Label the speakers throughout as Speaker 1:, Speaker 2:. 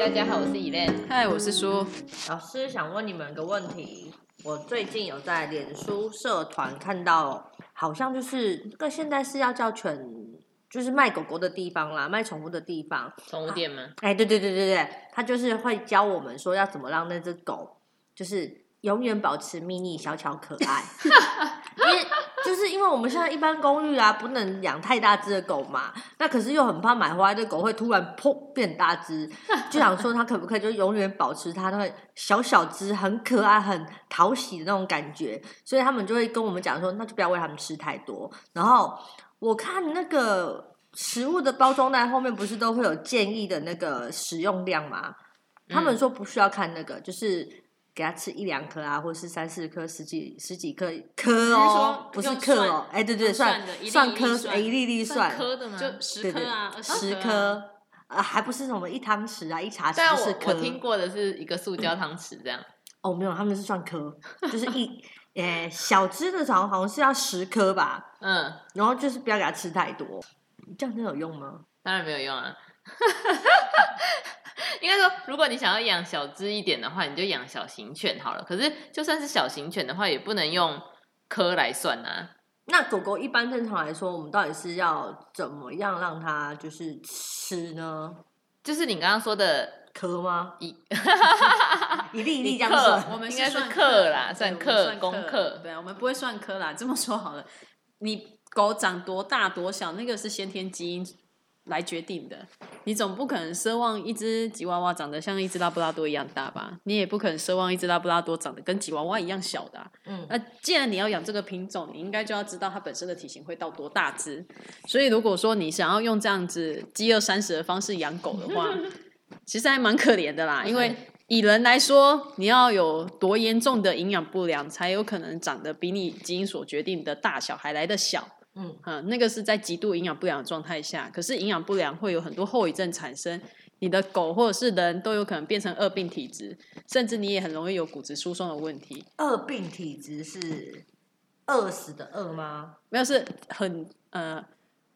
Speaker 1: 大家好，我是 Elaine
Speaker 2: 嗨，我是说，
Speaker 1: 老师，想问你们个问题。我最近有在脸书社团看到，好像就是这个现在是要叫犬，就是卖狗狗的地方啦，卖宠物的地方。
Speaker 3: 宠物店吗？
Speaker 1: 哎，对对对对对，他就是会教我们说要怎么让那只狗，就是永远保持迷你小巧可爱。 因为就是因为我们现在一般公寓啊，不能养太大只的狗嘛，那可是又很怕买回来的狗会突然砰变大只，就想说它可不可以就永远保持它那个小小只、很可爱、很讨喜的那种感觉，所以他们就会跟我们讲说，那就不要喂它们吃太多。然后我看那个食物的包装袋后面不是都会有建议的那个使用量吗？他
Speaker 3: 嗯
Speaker 1: 们说不需要看那个，就是。给它吃一两颗啊，或是三四颗、十几十几颗颗哦，不
Speaker 3: 你
Speaker 1: 是
Speaker 3: 是说
Speaker 1: 克
Speaker 3: 用
Speaker 1: 哦，哎，对对，
Speaker 3: 用
Speaker 1: 算
Speaker 3: 算的一粒一
Speaker 1: 算
Speaker 3: 粒
Speaker 1: 颗，
Speaker 3: 算
Speaker 1: 哎，一粒粒算
Speaker 3: 算，颗的吗？
Speaker 2: 就
Speaker 3: 十
Speaker 1: 对对
Speaker 3: 颗啊，二
Speaker 1: 十
Speaker 3: 啊。
Speaker 1: 颗，呃，还不是什么一汤匙啊，一茶匙
Speaker 3: 但
Speaker 1: 是
Speaker 3: 我
Speaker 1: 颗
Speaker 3: 我。听过的是一个塑胶汤匙这样，
Speaker 1: 哦，没有，他们是算颗，就是一， 呃，小只的好像好像是要十颗吧，
Speaker 3: 嗯，
Speaker 1: 然后就是不要给它吃太多，这样真的有用吗？
Speaker 3: 当然没有用啊。 应该说，如果你想要养小只一点的话，你就养小型犬好了。可是就算是小型犬的话，也不能用颗来算啊。
Speaker 1: 那狗狗一般正常来说，我们到底是要怎么样让它就是吃呢？
Speaker 3: 就是你刚刚说的
Speaker 1: 颗吗？
Speaker 3: 一
Speaker 1: 一粒一粒这样
Speaker 3: 克
Speaker 1: 算？
Speaker 2: 我们
Speaker 3: 应该是
Speaker 2: 算
Speaker 3: 克啦
Speaker 2: 对
Speaker 3: 算
Speaker 2: 我们
Speaker 3: 克
Speaker 2: 算
Speaker 3: 公克
Speaker 2: 对啊，我们不会算克啦。这么说好了，你狗长多大多小，那个是先天基因来决定的。你总不可能奢望一只吉娃娃长得像一只拉布拉多一样大吧？你也不可能奢望一只拉布拉多长得跟吉娃娃一样小的啊、
Speaker 1: 嗯，
Speaker 2: 那既然你要养这个品种，你应该就要知道它本身的体型会到多大只。所以如果说你想要用这样子饥饿三十的方式养狗的 话，其实还蛮可怜的啦，嗯因为以人来说，你要有多严重的营养不良，才有可能长得比你基因所决定的大小还来得小。
Speaker 1: 嗯
Speaker 2: 嗯，那个是在极度营养不良的状态下，可是营养不良会有很多后遗症产生，你的狗或者是人都有可能变成恶病体质，甚至你也很容易有骨质疏松的问题。
Speaker 1: 恶病体质是饿死的饿吗？
Speaker 2: 没有是很呃，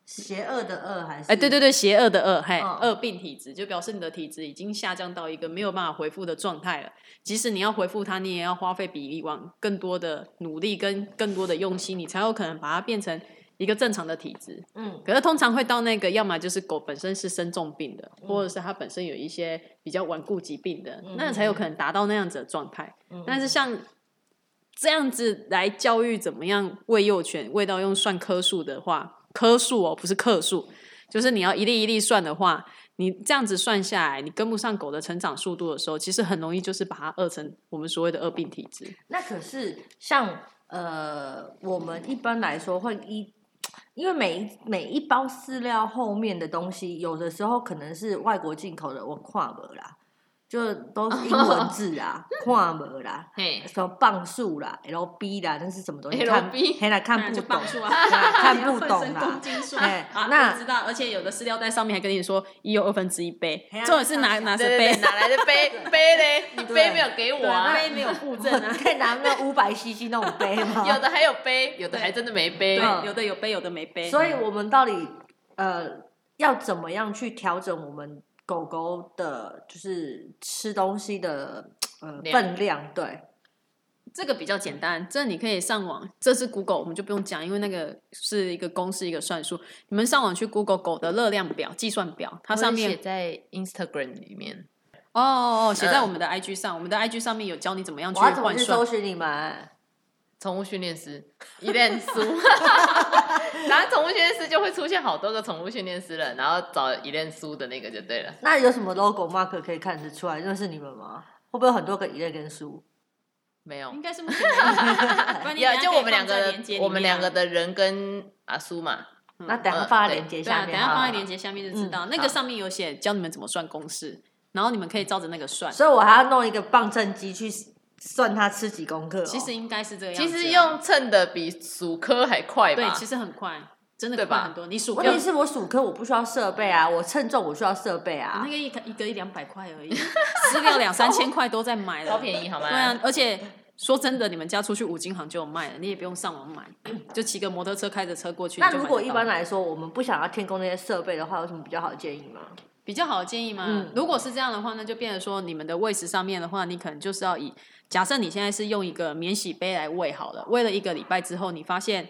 Speaker 1: 邪恶的恶还是？
Speaker 2: 哎，对对对，邪恶的恶，嘿，
Speaker 1: 哦
Speaker 2: 恶病体质，就表示你的体质已经下降到一个没有办法恢复的状态了。即使你要恢复它，你也要花费比以往更多的努力跟更多的用心，你才有可能把它变成一个正常的体质。
Speaker 1: 嗯，
Speaker 2: 可是通常会到那个，要么就是狗本身是生重病的，或者是它本身有一些比较顽固疾病的，
Speaker 1: 嗯
Speaker 2: 那才有可能达到那样子的状态。
Speaker 1: 嗯
Speaker 2: 但是像这样子来教育怎么样喂幼犬，喂到用算颗数的话，颗数哦，不是克数，就是你要一粒一粒算的话，你这样子算下来，你跟不上狗的成长速度的时候，其实很容易就是把它饿成我们所谓的恶病体质。
Speaker 1: 那可是像呃，我们一般来说会一，因为每一每一包饲料后面的东西，有的时候可能是外国进口的，我跨门啦，就都是英文字 啊，跨门啦。
Speaker 3: 嘿，
Speaker 1: 什么磅数啦、LB 啦，那是什么东西？看
Speaker 3: LB
Speaker 1: 嘿啦，
Speaker 2: 当
Speaker 1: 看
Speaker 2: 然
Speaker 1: 不
Speaker 2: 就
Speaker 1: 懂
Speaker 2: 棒，数啊，
Speaker 1: 看不懂啦
Speaker 2: 你要换成公斤数
Speaker 1: 哎
Speaker 2: 啊，
Speaker 1: 那
Speaker 2: 那知道，而且有的饲料袋上面还跟你说一有二分之一杯
Speaker 1: 哎呀，
Speaker 2: 重点是哪哪
Speaker 3: 对
Speaker 2: 是
Speaker 3: 对
Speaker 2: 杯
Speaker 3: 对，，哪来的杯杯嘞？你
Speaker 1: 对，
Speaker 3: 杯没有给我
Speaker 2: 对啊，
Speaker 3: 啊
Speaker 2: 那？杯没有附赠 啊
Speaker 1: 可以拿那五百 CC 那种杯 吗？
Speaker 3: 有的还有杯，有的
Speaker 2: 对
Speaker 3: 还真的没杯。
Speaker 1: 嗯
Speaker 2: 对，有的有杯，有的没杯，
Speaker 1: 所以我们到底呃要怎么样去调整我们狗狗的，就是吃东西的呃
Speaker 3: 量
Speaker 1: 分量？对，
Speaker 2: 这个比较简单，这你可以上网，这是 Google，我们就不用讲，因为那个是一个公式一个算术，你们上网去 Google 狗的热量表计算表，它
Speaker 3: 它
Speaker 2: 上
Speaker 3: 上面
Speaker 2: 面
Speaker 3: 写在 Instagram 里面。
Speaker 2: 哦哦哦，写在
Speaker 3: 嗯
Speaker 2: 我们的 IG 上，我们的 IG 上面有教你怎么样去
Speaker 1: 我要怎么
Speaker 2: 换
Speaker 1: 去
Speaker 2: 算
Speaker 1: 搜。寻你们？
Speaker 3: 宠物训练师一练 书，然后宠物训练师就会出现好多个宠物训练师了，然后找一练书的那个就对了。
Speaker 1: 那有什么 logo mark 可以看得出来那是你们吗？会不会有很多个一类跟书？
Speaker 3: 没有
Speaker 2: 应，该是目前没有不然你等
Speaker 3: 有
Speaker 2: 一下
Speaker 3: 就
Speaker 2: 可以
Speaker 3: 我们两
Speaker 2: 放在
Speaker 3: 个
Speaker 2: 链接
Speaker 3: 的，
Speaker 2: 里面啊
Speaker 3: 我们两个的人跟阿苏嘛，
Speaker 2: 嗯
Speaker 1: 那等下放在
Speaker 3: 对
Speaker 1: 链接
Speaker 2: 对啊，
Speaker 1: 下
Speaker 2: 等
Speaker 1: 面
Speaker 2: 一下
Speaker 1: 好
Speaker 2: 放
Speaker 1: 了
Speaker 2: 在链接下面就知道，
Speaker 1: 嗯
Speaker 2: 那
Speaker 1: 好
Speaker 2: 个上面有写教你们怎么算公式，然后你们可以照着那个算。
Speaker 1: 所以我还要弄一个磅秤机去算它吃几公克哦、
Speaker 2: 其实应该是这个样子
Speaker 3: 其
Speaker 2: 啊。
Speaker 3: 实用称的比数科还快
Speaker 2: 对，
Speaker 3: 吧
Speaker 2: 其？实很快，真的
Speaker 3: 对吧
Speaker 2: 快很多。你数
Speaker 1: 问
Speaker 2: 掉
Speaker 1: 题是我数克我不需要设备啊，我称重我需要设备啊
Speaker 2: 那。个一个一个一两百块 而已，饲料两三千块都在买了，
Speaker 3: 超便宜好吗？
Speaker 2: 对啊，而且说真的，你们家出去五金行就有卖了，你也不用上网买，就骑个摩托车开着车过去。
Speaker 1: 那
Speaker 2: 你就
Speaker 1: 如
Speaker 2: 买
Speaker 1: 果
Speaker 2: 得
Speaker 1: 一
Speaker 2: 到
Speaker 1: 般来说，我们不想要添购那些设备的话，有什么比较好的建议吗？
Speaker 2: 比较好的建议吗？
Speaker 1: 嗯
Speaker 2: 如果是这样的话，那就变成说你们的喂食上面的话，你可能就是要以假设你现在是用一个免洗杯来喂好了，喂了一个礼拜之后，你发现。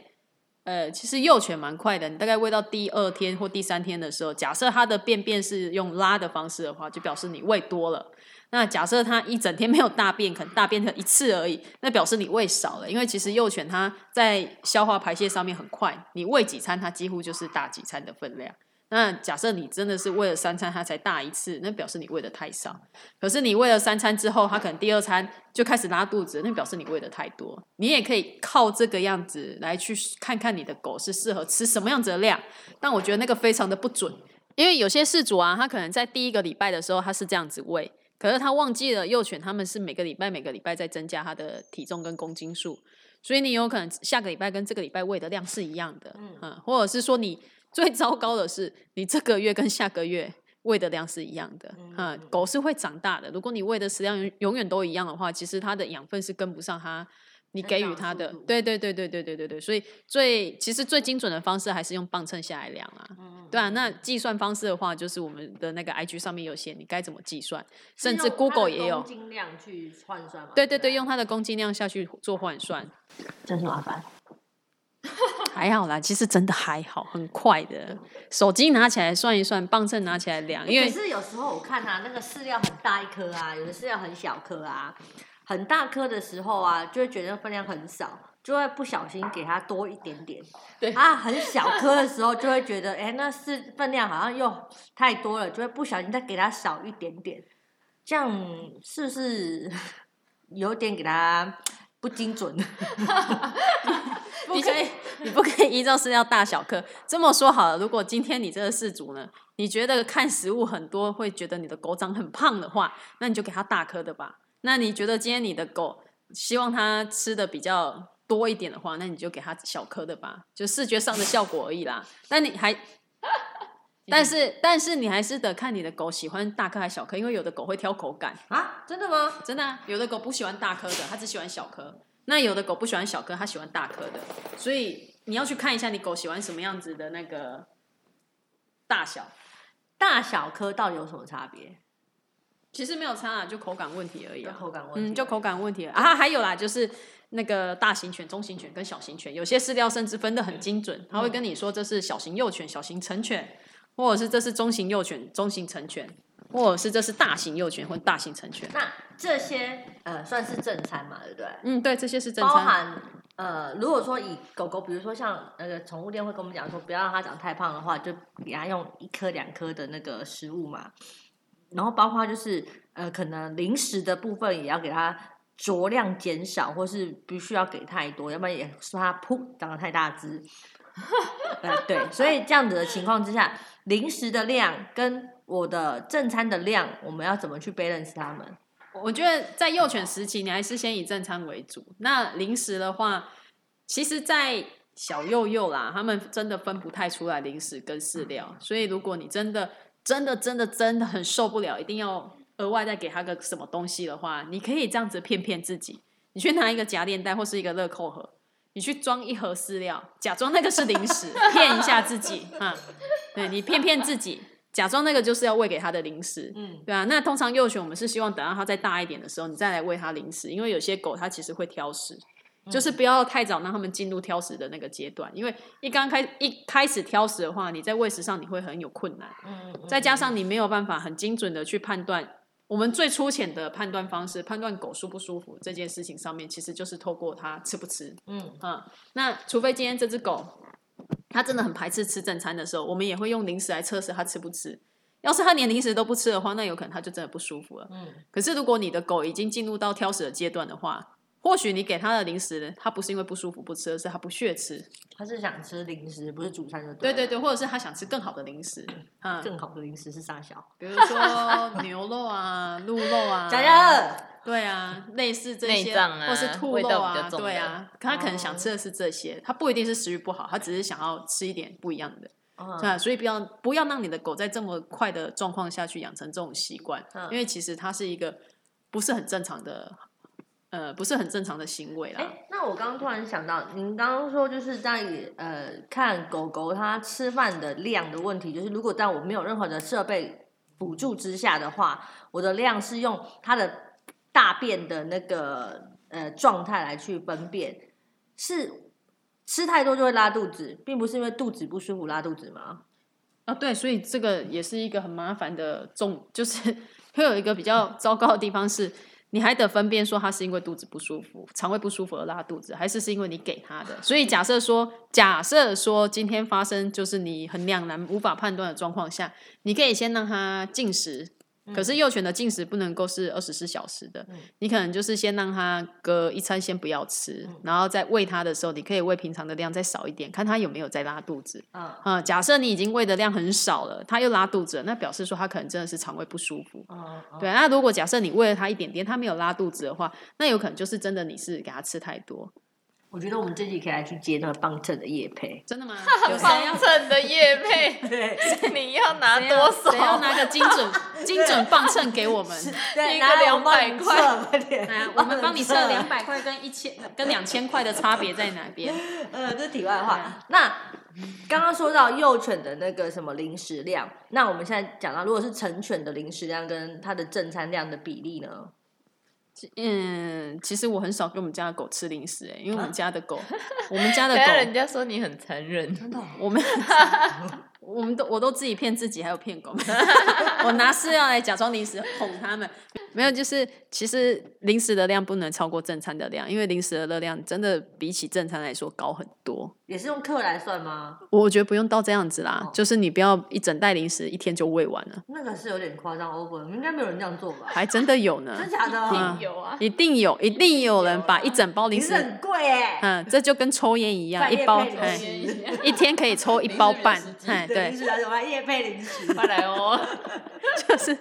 Speaker 2: 呃，其实幼犬蛮快的，你大概喂到第二天或第三天的时候，假设它的便便是用拉的方式的话，就表示你喂多了。那假设它一整天没有大便，可能大便成一次而已，那表示你喂少了。因为其实幼犬它在消化排泄上面很快，你喂几餐它几乎就是大几餐的分量。那假设你真的是喂了三餐它才大一次，那表示你喂的太少。可是你喂了三餐之后，它可能第二餐就开始拉肚子，那表示你喂的太多。你也可以靠这个样子来去看看你的狗是适合吃什么样子的量，但我觉得那个非常的不准，因为有些饲主啊，他可能在第一个礼拜的时候他是这样子喂，可是他忘记了幼犬他们是每个礼拜每个礼拜在增加它的体重跟公斤数，所以你有可能下个礼拜跟这个礼拜喂的量是一样的，
Speaker 1: 嗯
Speaker 2: 嗯，或者是说你最糟糕的是你这个月跟下个月。喂的量是一样的，嗯，狗是会长大的。如果你喂的食量永永远都一样的话，其实它的养分是跟不上它你
Speaker 1: 成
Speaker 2: 给
Speaker 1: 长
Speaker 2: 予
Speaker 1: 的
Speaker 2: 它
Speaker 1: 速
Speaker 2: 的
Speaker 1: 度。
Speaker 2: 对对对对对对对对，所以最其实最精准的方式还是用磅秤下来量啊。
Speaker 1: 嗯
Speaker 2: 对啊，那计算方式的话，就是我们的那个 IG 上面有写你该怎么计算，甚
Speaker 1: 是
Speaker 2: 至
Speaker 1: 用
Speaker 2: Google
Speaker 1: 它的
Speaker 2: 也有
Speaker 1: 公。斤量去换算嘛？啊
Speaker 2: 对对对，
Speaker 1: 不
Speaker 2: 用它的公斤量下去做换算，
Speaker 1: 真是麻烦。
Speaker 2: 还好啦，其实真的还好，很快的。手机拿起来算一算，磅秤拿起来量，因
Speaker 1: 可
Speaker 2: 为
Speaker 1: 是有时候我看啊，那个饲料很大一颗啊，有的饲料很小颗啊，很大颗的时候啊，就会觉得分量很少，就会不小心给它多一点点。
Speaker 2: 对
Speaker 1: 啊，很小颗的时候就会觉得，哎、那是分量好像又太多了，就会不小心再给它少一点点，这样是不是 有点给它不精准？
Speaker 2: 你可以，你不可以依照饲料大小克。这么说好了，如果今天你这个饲主呢，你觉得看食物很多，会觉得你的狗长很胖的话，那你就给它大颗的吧。那你觉得今天你的狗希望它吃的比较多一点的话，那你就给它小颗的吧，就视觉上的效果而已啦。但你还。但是，但是你还是得看你的狗喜欢大颗还是小颗，因为有的狗会挑口感。
Speaker 1: 啊，真的吗？
Speaker 2: 真的、啊，有的狗不喜欢大颗的，它只喜欢小颗；那有的狗不喜欢小颗，它喜欢大颗的。所以你要去看一下你狗喜欢什么样子的那个大小，
Speaker 1: 大小颗到底有什么差别？
Speaker 2: 其实没有差啊，就口感问题而已
Speaker 1: 有
Speaker 2: 啊。
Speaker 1: 口感问题，
Speaker 2: 嗯，就口感问题了啊，还有啦，就是那个大型犬、中型犬跟小型犬，有些饲料甚至分得很精准，
Speaker 1: 嗯
Speaker 2: 它会跟你说这是小型幼犬、小型成犬，或者是这是中型幼犬、中型成犬，或者是这是大型幼犬或大型成犬。
Speaker 1: 那这些呃算是正餐嘛，对不对？
Speaker 2: 嗯，对，这些是正
Speaker 1: 包
Speaker 2: 餐。
Speaker 1: 含呃，如果说以狗狗，比如说像那个宠物店会跟我们讲说，不要让它长太胖的话，就给它用一颗两颗的那个食物嘛。然后包括就是呃，可能零食的部分也要给它酌量减少，或是不需要给太多，要不然也说它噗长得太大只。呃，对，所以这样子的情况之下，零食的量跟我的正餐的量，我们要怎么去 balance 它们？
Speaker 2: 我觉得在幼犬时期，你还是先以正餐为主。那零食的话，其实，在小幼幼啦，他们真的分不太出来零食跟饲料，所以如果你真的、真的、真的、真的很受不了，一定要额外再给他个什么东西的话，你可以这样子骗骗自己，你去拿一个夹链袋或是一个乐扣盒，你去装一盒饲料，假装那个是零食，骗一下自己啊，对你骗骗自己，假装那个就是要喂给他的零食，
Speaker 1: 嗯，
Speaker 2: 对啊，那通常幼犬我们是希望等到它再大一点的时候，你再来喂它零食，因为有些狗它其实会挑食，就是
Speaker 1: 嗯
Speaker 2: 不要太早让它们进入挑食的那个阶段，因为一刚开一开始挑食的话，你在喂食上你会很有困难，
Speaker 1: 嗯，
Speaker 2: 再加上你没有办法很精准的去判断。我们最粗浅的判断方式，判断狗舒不舒服这件事情上面，其实就是透过它吃不吃。
Speaker 1: 嗯
Speaker 2: 嗯，那除非今天这只狗它真的很排斥吃正餐的时候，我们也会用零食来测试它吃不吃。要是它连零食都不吃的话，那有可能它就真的不舒服了。
Speaker 1: 嗯。
Speaker 2: 可是如果你的狗已经进入到挑食的阶段的话，或许你给它的零食，它不是因为不舒服不吃，而是它不屑吃。
Speaker 1: 他是想吃零食，不是主餐就
Speaker 2: 对
Speaker 1: 对了
Speaker 2: 对对，或者是它想吃更好的零食，嗯，
Speaker 1: 更好的零食是啥小？
Speaker 2: 比如说牛肉 啊、鹿肉啊，
Speaker 1: 加加二，
Speaker 2: 对啊，类似这
Speaker 3: 内
Speaker 2: 些，
Speaker 3: 脏啊
Speaker 2: 或是兔
Speaker 3: 味
Speaker 2: 肉
Speaker 3: 道比
Speaker 2: 啊
Speaker 3: 较，重的哦
Speaker 2: 对啊，可他可能想吃的是这些，他不一定是食欲不好，他只是想要吃一点不一样的，对
Speaker 1: 嗯
Speaker 2: 啊，所以不要不要让你的狗在这么快的状况下去养成这种习惯，
Speaker 1: 嗯
Speaker 2: 因为其实它是一个不是很正常的，呃，不是很正常的行为啦。
Speaker 1: 哎，那我刚刚突然想到，您刚刚说就是在呃看狗狗它吃饭的量的问题，就是如果在我没有任何的设备补助之下的话，我的量是用它的大便的那个呃状态来去分辨，是吃太多就会拉肚子，并不是因为肚子不舒服拉肚子吗？
Speaker 2: 啊，对，所以这个也是一个很麻烦的重，就是 会有一个比较糟糕的地方是，你还得分辨说他是因为肚子不舒服、肠胃不舒服而拉肚子，还是是因为你给他的。所以假设说，假设说今天发生就是你很两难无法判断的状况下，你可以先让他进食。可是幼犬的进食不能够是二十四小时的，
Speaker 1: 嗯
Speaker 2: 你可能就是先让他隔一餐先不要吃，然后在喂他的时候，你可以喂平常的量再少一点，看他有没有在拉肚子。
Speaker 1: 嗯
Speaker 2: 呃，假设你已经喂的量很少了，他又拉肚子了，那表示说他可能真的是肠胃不舒服。
Speaker 1: 嗯，
Speaker 2: 对，那如果假设你喂了他一点点，他没有拉肚子的话，那有可能就是真的你是给他吃太多。
Speaker 1: 我觉得我们这集可以来去接那个棒秤的叶配。
Speaker 2: 真 的吗？有谁要
Speaker 3: 方正的叶 配，
Speaker 1: 对，
Speaker 3: 你要拿
Speaker 2: 谁要
Speaker 3: 多
Speaker 2: 谁要
Speaker 3: 少？
Speaker 2: 拿个精准精准磅秤给我们？
Speaker 1: 对
Speaker 3: 一
Speaker 1: 拿
Speaker 3: 个
Speaker 1: 来我
Speaker 3: 200
Speaker 1: 帮你
Speaker 3: 块
Speaker 1: 测快点
Speaker 2: 来啊，我们帮你测
Speaker 1: 秤
Speaker 2: 两百块跟一千跟两千块的差别在哪 边？
Speaker 1: 呃，这是题外话
Speaker 2: 嗯。
Speaker 1: 那刚刚说到幼犬的那个什么零食量，那我们现在讲到，如果是成犬的零食量跟它的正餐量的比例呢？
Speaker 2: 嗯，其实我很少给我们家的狗吃零食、欸，因为我们家的狗，我们家 的
Speaker 3: 等
Speaker 2: 狗
Speaker 3: 下啊人家说你很残忍，
Speaker 1: 真的，
Speaker 2: 我们我们都我都自己骗自己，还有骗狗。 我拿饲料来假装零食哄他们，没有，就是其实零食的量不能超过正餐的量，因为零食的热量真的比起正餐来说高很多。
Speaker 1: 也是用克来算吗？
Speaker 2: 我觉得不用到这样子啦，
Speaker 1: 哦
Speaker 2: 就是你不要一整袋零食一天就喂完了，
Speaker 1: 那个是有点夸张，over，应该没有人这样做吧？
Speaker 2: 还真的有呢
Speaker 1: 真，假的
Speaker 2: 嗯？
Speaker 3: 有啊，
Speaker 2: 一定有，一定有人把一整包
Speaker 1: 零
Speaker 2: 零
Speaker 1: 食
Speaker 2: 食，
Speaker 1: 很贵哎，
Speaker 2: 嗯，这就跟抽烟一样，
Speaker 1: 半
Speaker 2: 一
Speaker 1: 夜
Speaker 2: 包，
Speaker 1: 配零
Speaker 2: 哎
Speaker 1: 食，
Speaker 2: 一天可以抽一包半
Speaker 3: 零食比实，际
Speaker 2: 哎，对
Speaker 1: 零，食来什么夜配零食？
Speaker 3: 快来哦！
Speaker 2: 就是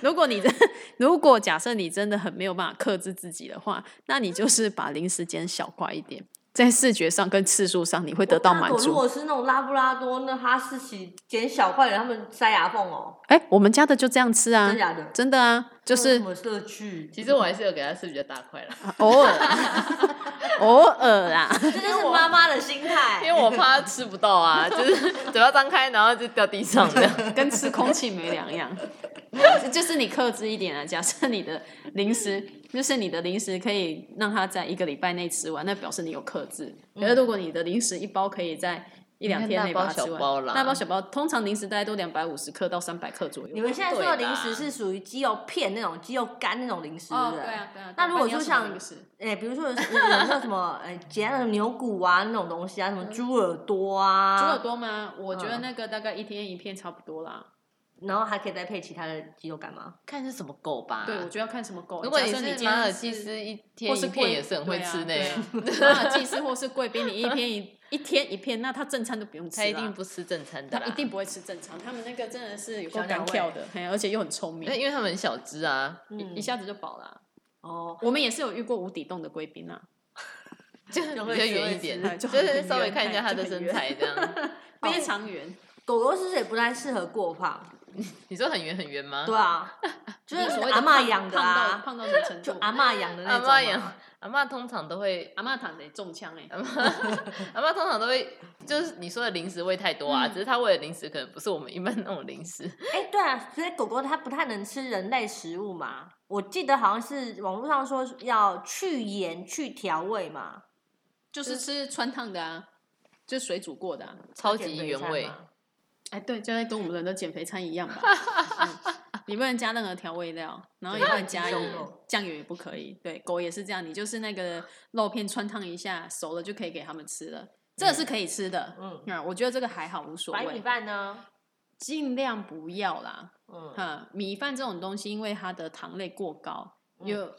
Speaker 2: 如果你真， 如果假设你真的很没有办法克制自己的话，那你就是把零食减小块一点，在视觉上跟次数上你会得到满
Speaker 1: 我大狗如
Speaker 2: 足。
Speaker 1: 果是那种拉布拉多，那哈士奇捡小块的，他们塞牙缝哦，
Speaker 2: 哎、我们家的就这样吃啊
Speaker 1: 真，假的？
Speaker 2: 真的啊，就
Speaker 1: 这有什
Speaker 2: 是
Speaker 1: 么社区？
Speaker 3: 其实我还是有给他吃比较大块啦，
Speaker 2: 偶尔 啊偶尔啊啦，
Speaker 1: 这就是妈妈的心态，
Speaker 3: 因为我怕他吃不到啊，就是 嘴巴张开然后就掉地上这样。
Speaker 2: 跟吃空气没两样。 就是你克制一点啊，假设你的零食，就是你的零食可以让它在一个礼拜内吃完，那表示你有克制。可是如果你的零食一包可以在一两天内把它吃
Speaker 3: 大包小
Speaker 2: 完，
Speaker 3: 包啦
Speaker 2: 大包小包通常零食大概都两百五十克到三百克左右。
Speaker 1: 你们现在说的
Speaker 3: 对
Speaker 1: 零
Speaker 3: 啦
Speaker 1: 食是属于鸡肉片那种鸡肉干那种零食，
Speaker 2: 哦，
Speaker 1: 对不
Speaker 2: 对
Speaker 1: 对？
Speaker 2: 啊，对啊。
Speaker 1: 那如果
Speaker 2: 你要
Speaker 1: 说
Speaker 2: 什么
Speaker 1: 像
Speaker 2: 零食
Speaker 1: 哎、比如说有有有时候什么，哎、夹那种牛骨啊那种东西啊，什么猪耳朵
Speaker 2: 嗯猪耳
Speaker 1: 啊，
Speaker 2: 朵吗？我觉得
Speaker 1: 嗯
Speaker 2: 那个大概一天一片差不多啦。
Speaker 1: 然后还可以再配其他的鸡肉干吗？
Speaker 3: 看是什么狗吧。
Speaker 2: 对，我觉得要看什么狗。
Speaker 3: 如果你
Speaker 2: 假设你
Speaker 3: 是
Speaker 2: 今天
Speaker 3: 马尔
Speaker 2: 是
Speaker 3: 济斯，一
Speaker 2: 或
Speaker 3: 天
Speaker 2: 是
Speaker 3: 一
Speaker 2: 贵
Speaker 3: 片也是很会吃呢，
Speaker 2: 对啊对啊马尔济斯或是贵宾，你一片一一天一片，那他正餐都不用吃
Speaker 3: 他
Speaker 2: 啦，
Speaker 3: 一定不吃正餐的啦，
Speaker 2: 他一定不会吃正常，他们那个真的是有够
Speaker 1: 小鸟
Speaker 2: 敢
Speaker 1: 胃
Speaker 2: 跳的，嘿，而且又很聪明
Speaker 3: 那，因为他们很小只啊，
Speaker 1: 嗯
Speaker 2: 一，下子就饱了啊。
Speaker 1: 哦，
Speaker 2: 我们也是有遇过无底洞的贵宾啊，
Speaker 3: 就
Speaker 1: 就
Speaker 3: 比
Speaker 1: 会
Speaker 3: 较
Speaker 1: 吃
Speaker 3: 远
Speaker 1: 会
Speaker 3: 一点
Speaker 2: 吃，
Speaker 3: 就
Speaker 2: 就很
Speaker 3: 是稍微
Speaker 2: 远
Speaker 3: 看一下
Speaker 2: 哎
Speaker 3: 他的
Speaker 2: 就很
Speaker 3: 身
Speaker 2: 远
Speaker 3: 材这 样。
Speaker 2: 非常圆，
Speaker 1: 狗狗是不是也不太适合过胖？
Speaker 3: 你说很圆很圆吗？
Speaker 1: 对 啊，就是
Speaker 2: 嗯所谓的
Speaker 1: 阿嬷
Speaker 2: 胖
Speaker 1: 养的
Speaker 2: 胖到
Speaker 1: 啊，
Speaker 2: 胖到什么程
Speaker 1: 就
Speaker 2: 度？
Speaker 1: 阿嬷养的那
Speaker 3: 阿
Speaker 1: 种
Speaker 3: 妈
Speaker 1: 啊。
Speaker 3: 养，阿妈通常都会，
Speaker 2: 阿妈躺着也中枪哎，
Speaker 3: 阿妈阿妈通常都会，就是你说的零食喂太多啊，
Speaker 2: 嗯
Speaker 3: 只是他喂的零食可能不是我们一般那种零食，
Speaker 1: 哎、对啊，所以狗狗它不太能吃人类食物嘛。我记得好像是网络上说要去盐、去调味嘛，
Speaker 2: 就是吃穿烫的啊，就是水煮过的啊。
Speaker 3: 超
Speaker 1: 减
Speaker 3: 级
Speaker 1: 肥
Speaker 3: 原
Speaker 1: 餐
Speaker 3: 味
Speaker 1: 嘛。
Speaker 2: 哎，对，就在跟我们人的减肥餐一样吧。 嗯你不能加任何调味料，然后也不能加
Speaker 1: 对
Speaker 2: 盐
Speaker 1: 鸡肉，
Speaker 2: 酱油也不可以。对，狗也是这样，你就是那个肉片穿烫一下，熟了就可以给它们吃了，这个是可以吃的。
Speaker 1: 嗯，
Speaker 2: 嗯，我觉得这个还好，无所
Speaker 1: 白米
Speaker 2: 谓，
Speaker 1: 饭呢？
Speaker 2: 尽量不要啦。
Speaker 1: 嗯，
Speaker 2: 哈，米饭这种东西，因为它的糖类过高，
Speaker 1: 嗯
Speaker 2: 有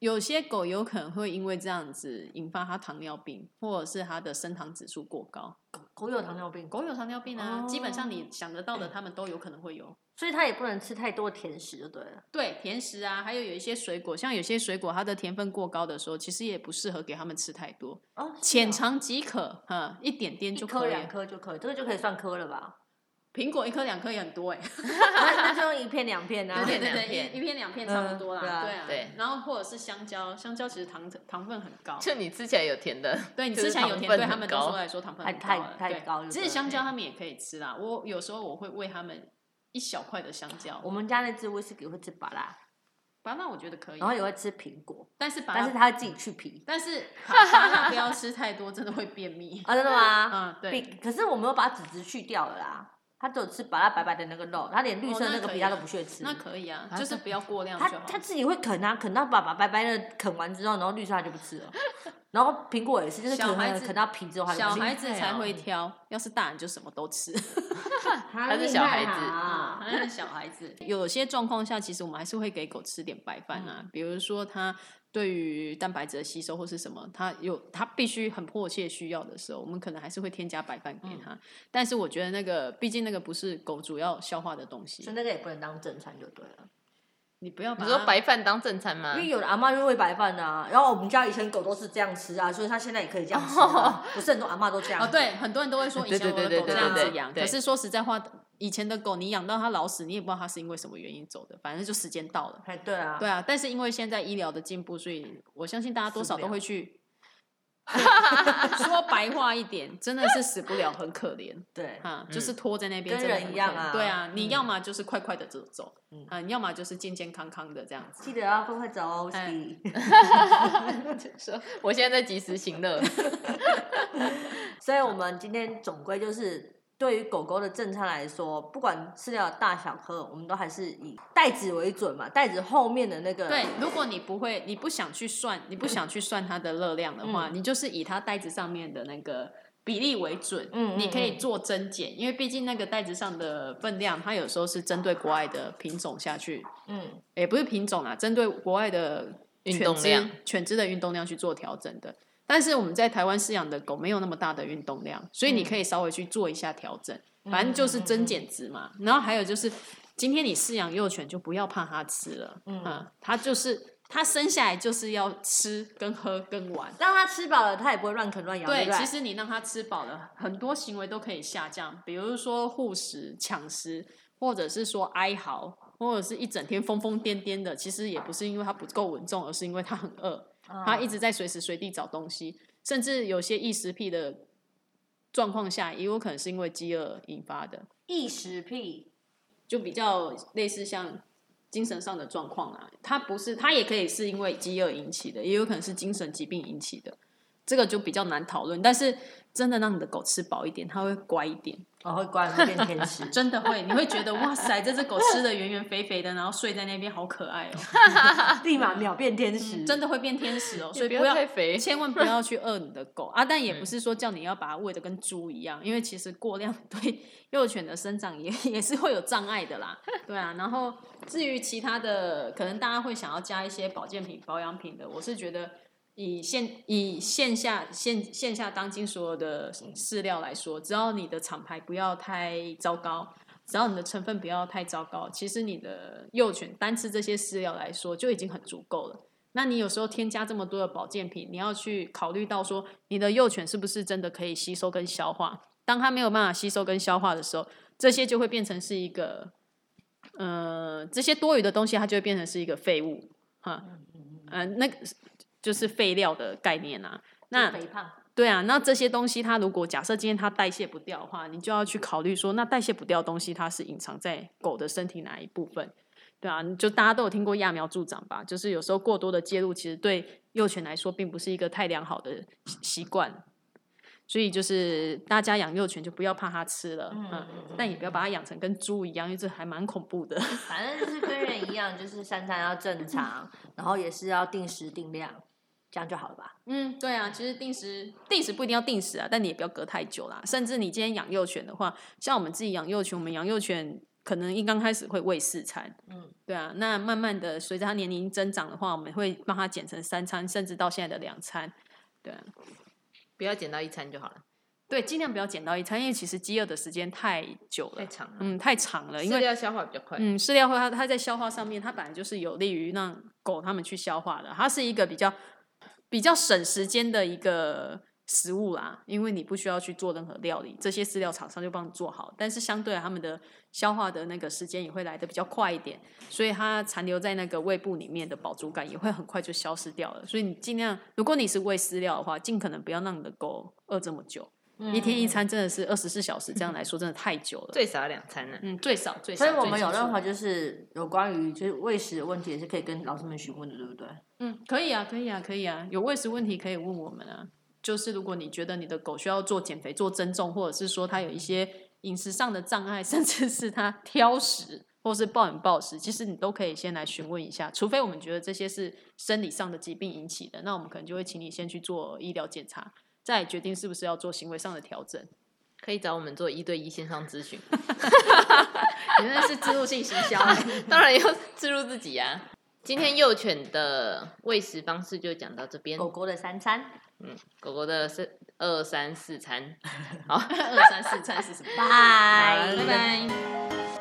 Speaker 2: 有些狗有可能会因为这样子引发它糖尿病，或者是它的升糖指数过高。
Speaker 1: 狗有糖尿病，
Speaker 2: 狗有糖尿病啊，基本上
Speaker 1: 哦
Speaker 2: 你想得到的，它们都有可能会有。
Speaker 1: 所以它也不能吃太多甜食，就对了。
Speaker 2: 对，甜食啊，还有有一些水果，像有些水果它的甜分过高的时候，其实也不适合给它们吃太多，
Speaker 1: 哦，
Speaker 2: 浅尝即可，哈，一点点
Speaker 1: 一
Speaker 2: 就
Speaker 1: 颗
Speaker 2: 可以
Speaker 1: 两
Speaker 2: 了。
Speaker 1: 颗就可以，这个就可以算颗了吧？
Speaker 2: 苹果一颗两颗也很多哎、
Speaker 1: 那那就用一片两片啊。
Speaker 2: 对
Speaker 3: 对
Speaker 2: 对
Speaker 3: 对
Speaker 2: 对，
Speaker 3: 两片
Speaker 2: 一一片两
Speaker 1: 嗯
Speaker 2: 片差不多啦，
Speaker 1: 对啊
Speaker 2: 对啊。
Speaker 3: 对
Speaker 2: 然后或者是香蕉，香蕉其实糖糖分很高，
Speaker 3: 就你吃起来有甜的，
Speaker 2: 对你
Speaker 3: 就是
Speaker 2: 吃起来有
Speaker 3: 糖
Speaker 2: 甜，
Speaker 3: 分
Speaker 2: 对他
Speaker 3: 很
Speaker 2: 们都
Speaker 3: 高
Speaker 2: 说来说糖分很
Speaker 1: 太
Speaker 2: 高了
Speaker 1: 太太
Speaker 2: 对
Speaker 1: 高就
Speaker 2: 只
Speaker 1: 对
Speaker 2: 是香
Speaker 1: 了
Speaker 2: 蕉他们也可以吃啦，我有时候我会喂他们一小块的香蕉
Speaker 1: 我。们家那只威士忌会吃芭拉，
Speaker 2: 巴拉我觉得可以
Speaker 1: 然，后也会吃苹果，
Speaker 2: 但是巴
Speaker 1: 但是
Speaker 2: 拉，
Speaker 1: 它会自己去皮。
Speaker 2: 但是巴拉不要吃太多，真的会便秘。
Speaker 1: 啊，真的吗？
Speaker 2: 嗯，对，
Speaker 1: 比可是我没有把籽籽去掉了啦，它只有吃把它白白的那个肉，它连绿
Speaker 2: 哦
Speaker 1: 色
Speaker 2: 那
Speaker 1: 那个
Speaker 2: 可
Speaker 1: 皮
Speaker 2: 以
Speaker 1: 它
Speaker 2: 啊
Speaker 1: 都不屑吃。
Speaker 2: 那可以啊，
Speaker 3: 啊
Speaker 2: 就是不要过量
Speaker 1: 它
Speaker 2: 就好。
Speaker 1: 它自己会啃啊，啃到把把白白的啃完之后，然后绿色它就不吃 了，然后苹果也是，就是
Speaker 2: 小
Speaker 1: 啃
Speaker 2: 孩
Speaker 1: 完
Speaker 2: 子
Speaker 1: 啃到皮之后它就
Speaker 2: 小
Speaker 1: 不吃
Speaker 2: 孩子哦才会挑，要是大人就什么都吃。
Speaker 1: 它
Speaker 3: 他是小孩子
Speaker 1: 啊，
Speaker 2: 嗯小孩子，有些状况下，其实我们还是会给狗吃点白饭啊，比如说它对于蛋白质的吸收或是什么，它有它必须很迫切需要的时候，我们可能还是会添加白饭给它。但是我觉得那个，毕竟那个不是狗主要消化的东西
Speaker 1: 所以，那个也不能当正餐就对了。
Speaker 2: 你不要 把
Speaker 3: 你
Speaker 2: 它
Speaker 3: 说白饭当正餐吗
Speaker 2: 嗯
Speaker 1: 因？为有的阿妈就喂白饭啊，然后我们家以前狗都是这样吃啊，所以它现在也可以这样吃、啊。 不是很多阿妈都这样
Speaker 2: 哦， 对，很多人都会说以
Speaker 3: 对
Speaker 2: 前
Speaker 3: 对
Speaker 2: 我的
Speaker 3: 对
Speaker 2: 狗
Speaker 3: 对
Speaker 2: 这
Speaker 1: 对
Speaker 2: 样
Speaker 1: 对
Speaker 2: 子
Speaker 1: 对
Speaker 2: 养，
Speaker 3: 对
Speaker 2: 可是说实在话，以前的狗你养到它老死，你也不知道它是因为什么原因走的，反正就时间到了。
Speaker 1: 哎，对啊，
Speaker 2: 对啊，但是因为现在医疗的进步，所以我相信大家多少都会去。 说白话一点，真的是死不了，很可怜
Speaker 1: 对
Speaker 2: 啊，
Speaker 3: 嗯
Speaker 2: 就是拖在那边，
Speaker 1: 跟
Speaker 2: 真的
Speaker 1: 人
Speaker 2: 很
Speaker 1: 一样
Speaker 2: 可怜
Speaker 1: 啊
Speaker 2: 对啊，你
Speaker 1: 嗯
Speaker 2: 要么就是快快的走走
Speaker 1: 嗯，
Speaker 2: 啊，你要么就是健健康康的这样子。
Speaker 1: 记得要快快走哦，
Speaker 2: 哎
Speaker 1: Whisky
Speaker 3: 说 我现在在及时行 乐，
Speaker 1: 所以我们今天总归就是，对于狗狗的正餐来说，不管饲料的大小颗，我们都还是以袋子为准嘛，袋子后面的那个
Speaker 2: 对，如果你不会，你不想去算，你不想去算它的热量的话，
Speaker 1: 嗯
Speaker 2: 你就是以它袋子上面的那个比例为准。
Speaker 1: 嗯嗯
Speaker 2: 你可以做增减，因为毕竟那个袋子上的分量，它有时候是针对国外的品种下去，
Speaker 1: 嗯，
Speaker 2: 也不是品种啦，针对国外的
Speaker 3: 运
Speaker 2: 犬
Speaker 3: 动
Speaker 2: 只
Speaker 3: 量、
Speaker 2: 犬只的运动量去做调整的。但是我们在台湾饲养的狗没有那么大的运动量，所以
Speaker 3: 嗯
Speaker 2: 你可以稍微去做一下调整，反正就是增减值嘛。然后还有就是，今天你饲养幼犬就不要怕它吃了，
Speaker 1: 嗯
Speaker 2: 嗯，它就是它生下来就是要吃、跟喝、跟玩。
Speaker 1: 让它吃饱了，它也不会乱啃乱咬，对
Speaker 2: 对，
Speaker 1: 不对？
Speaker 2: 其实你让它吃饱了，很多行为都可以下降，比如说护食、抢食，或者是说哀嚎，或者是一整天疯疯癫癫的。其实也不是因为它不够稳重，而是因为它很饿，
Speaker 1: 嗯
Speaker 2: 它一直在随时随地找东西，甚至有些异食癖的状况下，也有可能是因为饥饿引发的，
Speaker 1: 异食癖，
Speaker 2: 就比较类似像。精神上的状况啊，它不是，它也可以是因为饥饿引起的，也有可能是精神疾病引起的。这个就比较难讨论。但是真的让你的狗吃饱一点，它会乖一点，。
Speaker 1: 哦，会乖，会变天使
Speaker 2: 真的会，你会觉得哇塞，这只狗吃的圆圆肥肥的，然后睡在那边好可爱哦，
Speaker 1: 立马秒变天使，
Speaker 2: 真的会变天使哦。所以
Speaker 3: 你不
Speaker 2: 不
Speaker 3: 要
Speaker 2: 要
Speaker 3: 太肥。
Speaker 2: 千万不要去饿你的狗啊！但也不是说叫你要把它喂的跟猪一样，因为其实过量对幼犬的生长也 也是会有障碍的啦。对啊，然后至于其他的，可能大家会想要加一些保健品、保养品的，我是觉得。以线以线下线线下当今所有的饲料来说，只要你的厂牌不要太糟糕，只要你的成分不要太糟糕，其实你的幼犬单吃这些饲料来说就已经很足够了。那你有时候添加这么多的保健品，你要去考虑到说你的幼犬是不是真的可以吸收跟消化。当它没有办法吸收跟消化的时候，这些就会变成是一个，呃，这些多余的东西它就会变成是一个废物哈，呃，那个就是废料的概念啊。那
Speaker 1: 肥胖。
Speaker 2: 对啊，那这些东西它如果假设今天它代谢不掉的话，你就要去考虑说，那代谢不掉的东西它是隐藏在狗的身体哪一部分？对啊，你就大家都有听过揠苗助长吧？就是有时候过多的介入，其实对幼犬来说并不是一个太良好的习习惯。所以就是大家养幼犬就不要怕它吃了，
Speaker 1: 嗯
Speaker 2: 嗯，但也不要把它养成跟猪一样，因为这还蛮恐怖的。
Speaker 1: 反正就是跟人一样，就是三餐要正常，然后也是要定时定量，这样就好了吧？
Speaker 2: 嗯，对啊，其实定时定时不一定要定时啊，但你也不要隔太久啦。甚至你今天养幼犬的话，像我们自己养幼犬，我们养幼犬可能一刚开始会喂四餐，
Speaker 1: 嗯
Speaker 2: 嗯，对啊，那慢慢的随着它年龄增长的话，我们会帮它减成三餐，甚至到现在的两餐，对、啊。
Speaker 3: 不要减到一餐就好了，
Speaker 2: 对，尽量不要减到一餐，因为其实饥饿的时间太久了
Speaker 3: 太，长了，
Speaker 2: 嗯，太长了，因为
Speaker 3: 饲啊料消化比较快。
Speaker 2: 嗯，饲料会它它在消化上面，它本来就是有利于让狗它们去消化的，它是一个比较比较省时间的一个食物啦，因为你不需要去做任何料理，这些饲料厂商就帮你做好，但是相对来它们的消化的那个时间也会来的比较快一点，所以它残留在那个胃部里面的饱足感也会很快就消失掉了，所以你尽量，如果你是喂饲料的话，尽可能不要让你的狗饿这么久。
Speaker 1: 嗯
Speaker 2: 一天一餐真的是二十四小时，这样来说真的太久了。
Speaker 3: 最少要两餐呢。
Speaker 2: 嗯，最少最少。
Speaker 1: 所以我们
Speaker 2: 最
Speaker 1: 有
Speaker 2: 少
Speaker 1: 任何就是有关于就是喂食的问题，也是可以跟老师们询问的，对不对？
Speaker 2: 嗯，可以啊，可以啊，可以啊，有喂食问题可以问我们啊。就是如果你觉得你的狗需要做减肥、做增重，或者是说它有一些饮食上的障碍，甚至是它挑食或是暴饮暴食，其实你都可以先来询问一下。除非我们觉得这些是生理上的疾病引起的，那我们可能就会请你先去做医疗检查，再来决定是不是要做行为上的调整。
Speaker 3: 可以找我们做一对一线上咨询，
Speaker 2: 你那是植入性行 销、
Speaker 3: 当然要植入自己呀、啊。今天幼犬的喂食方式就讲到这边，
Speaker 1: 狗狗的三餐
Speaker 3: 嗯，狗狗的是二三四餐，好，
Speaker 2: 二三四餐是什么？
Speaker 1: 拜
Speaker 3: 拜拜。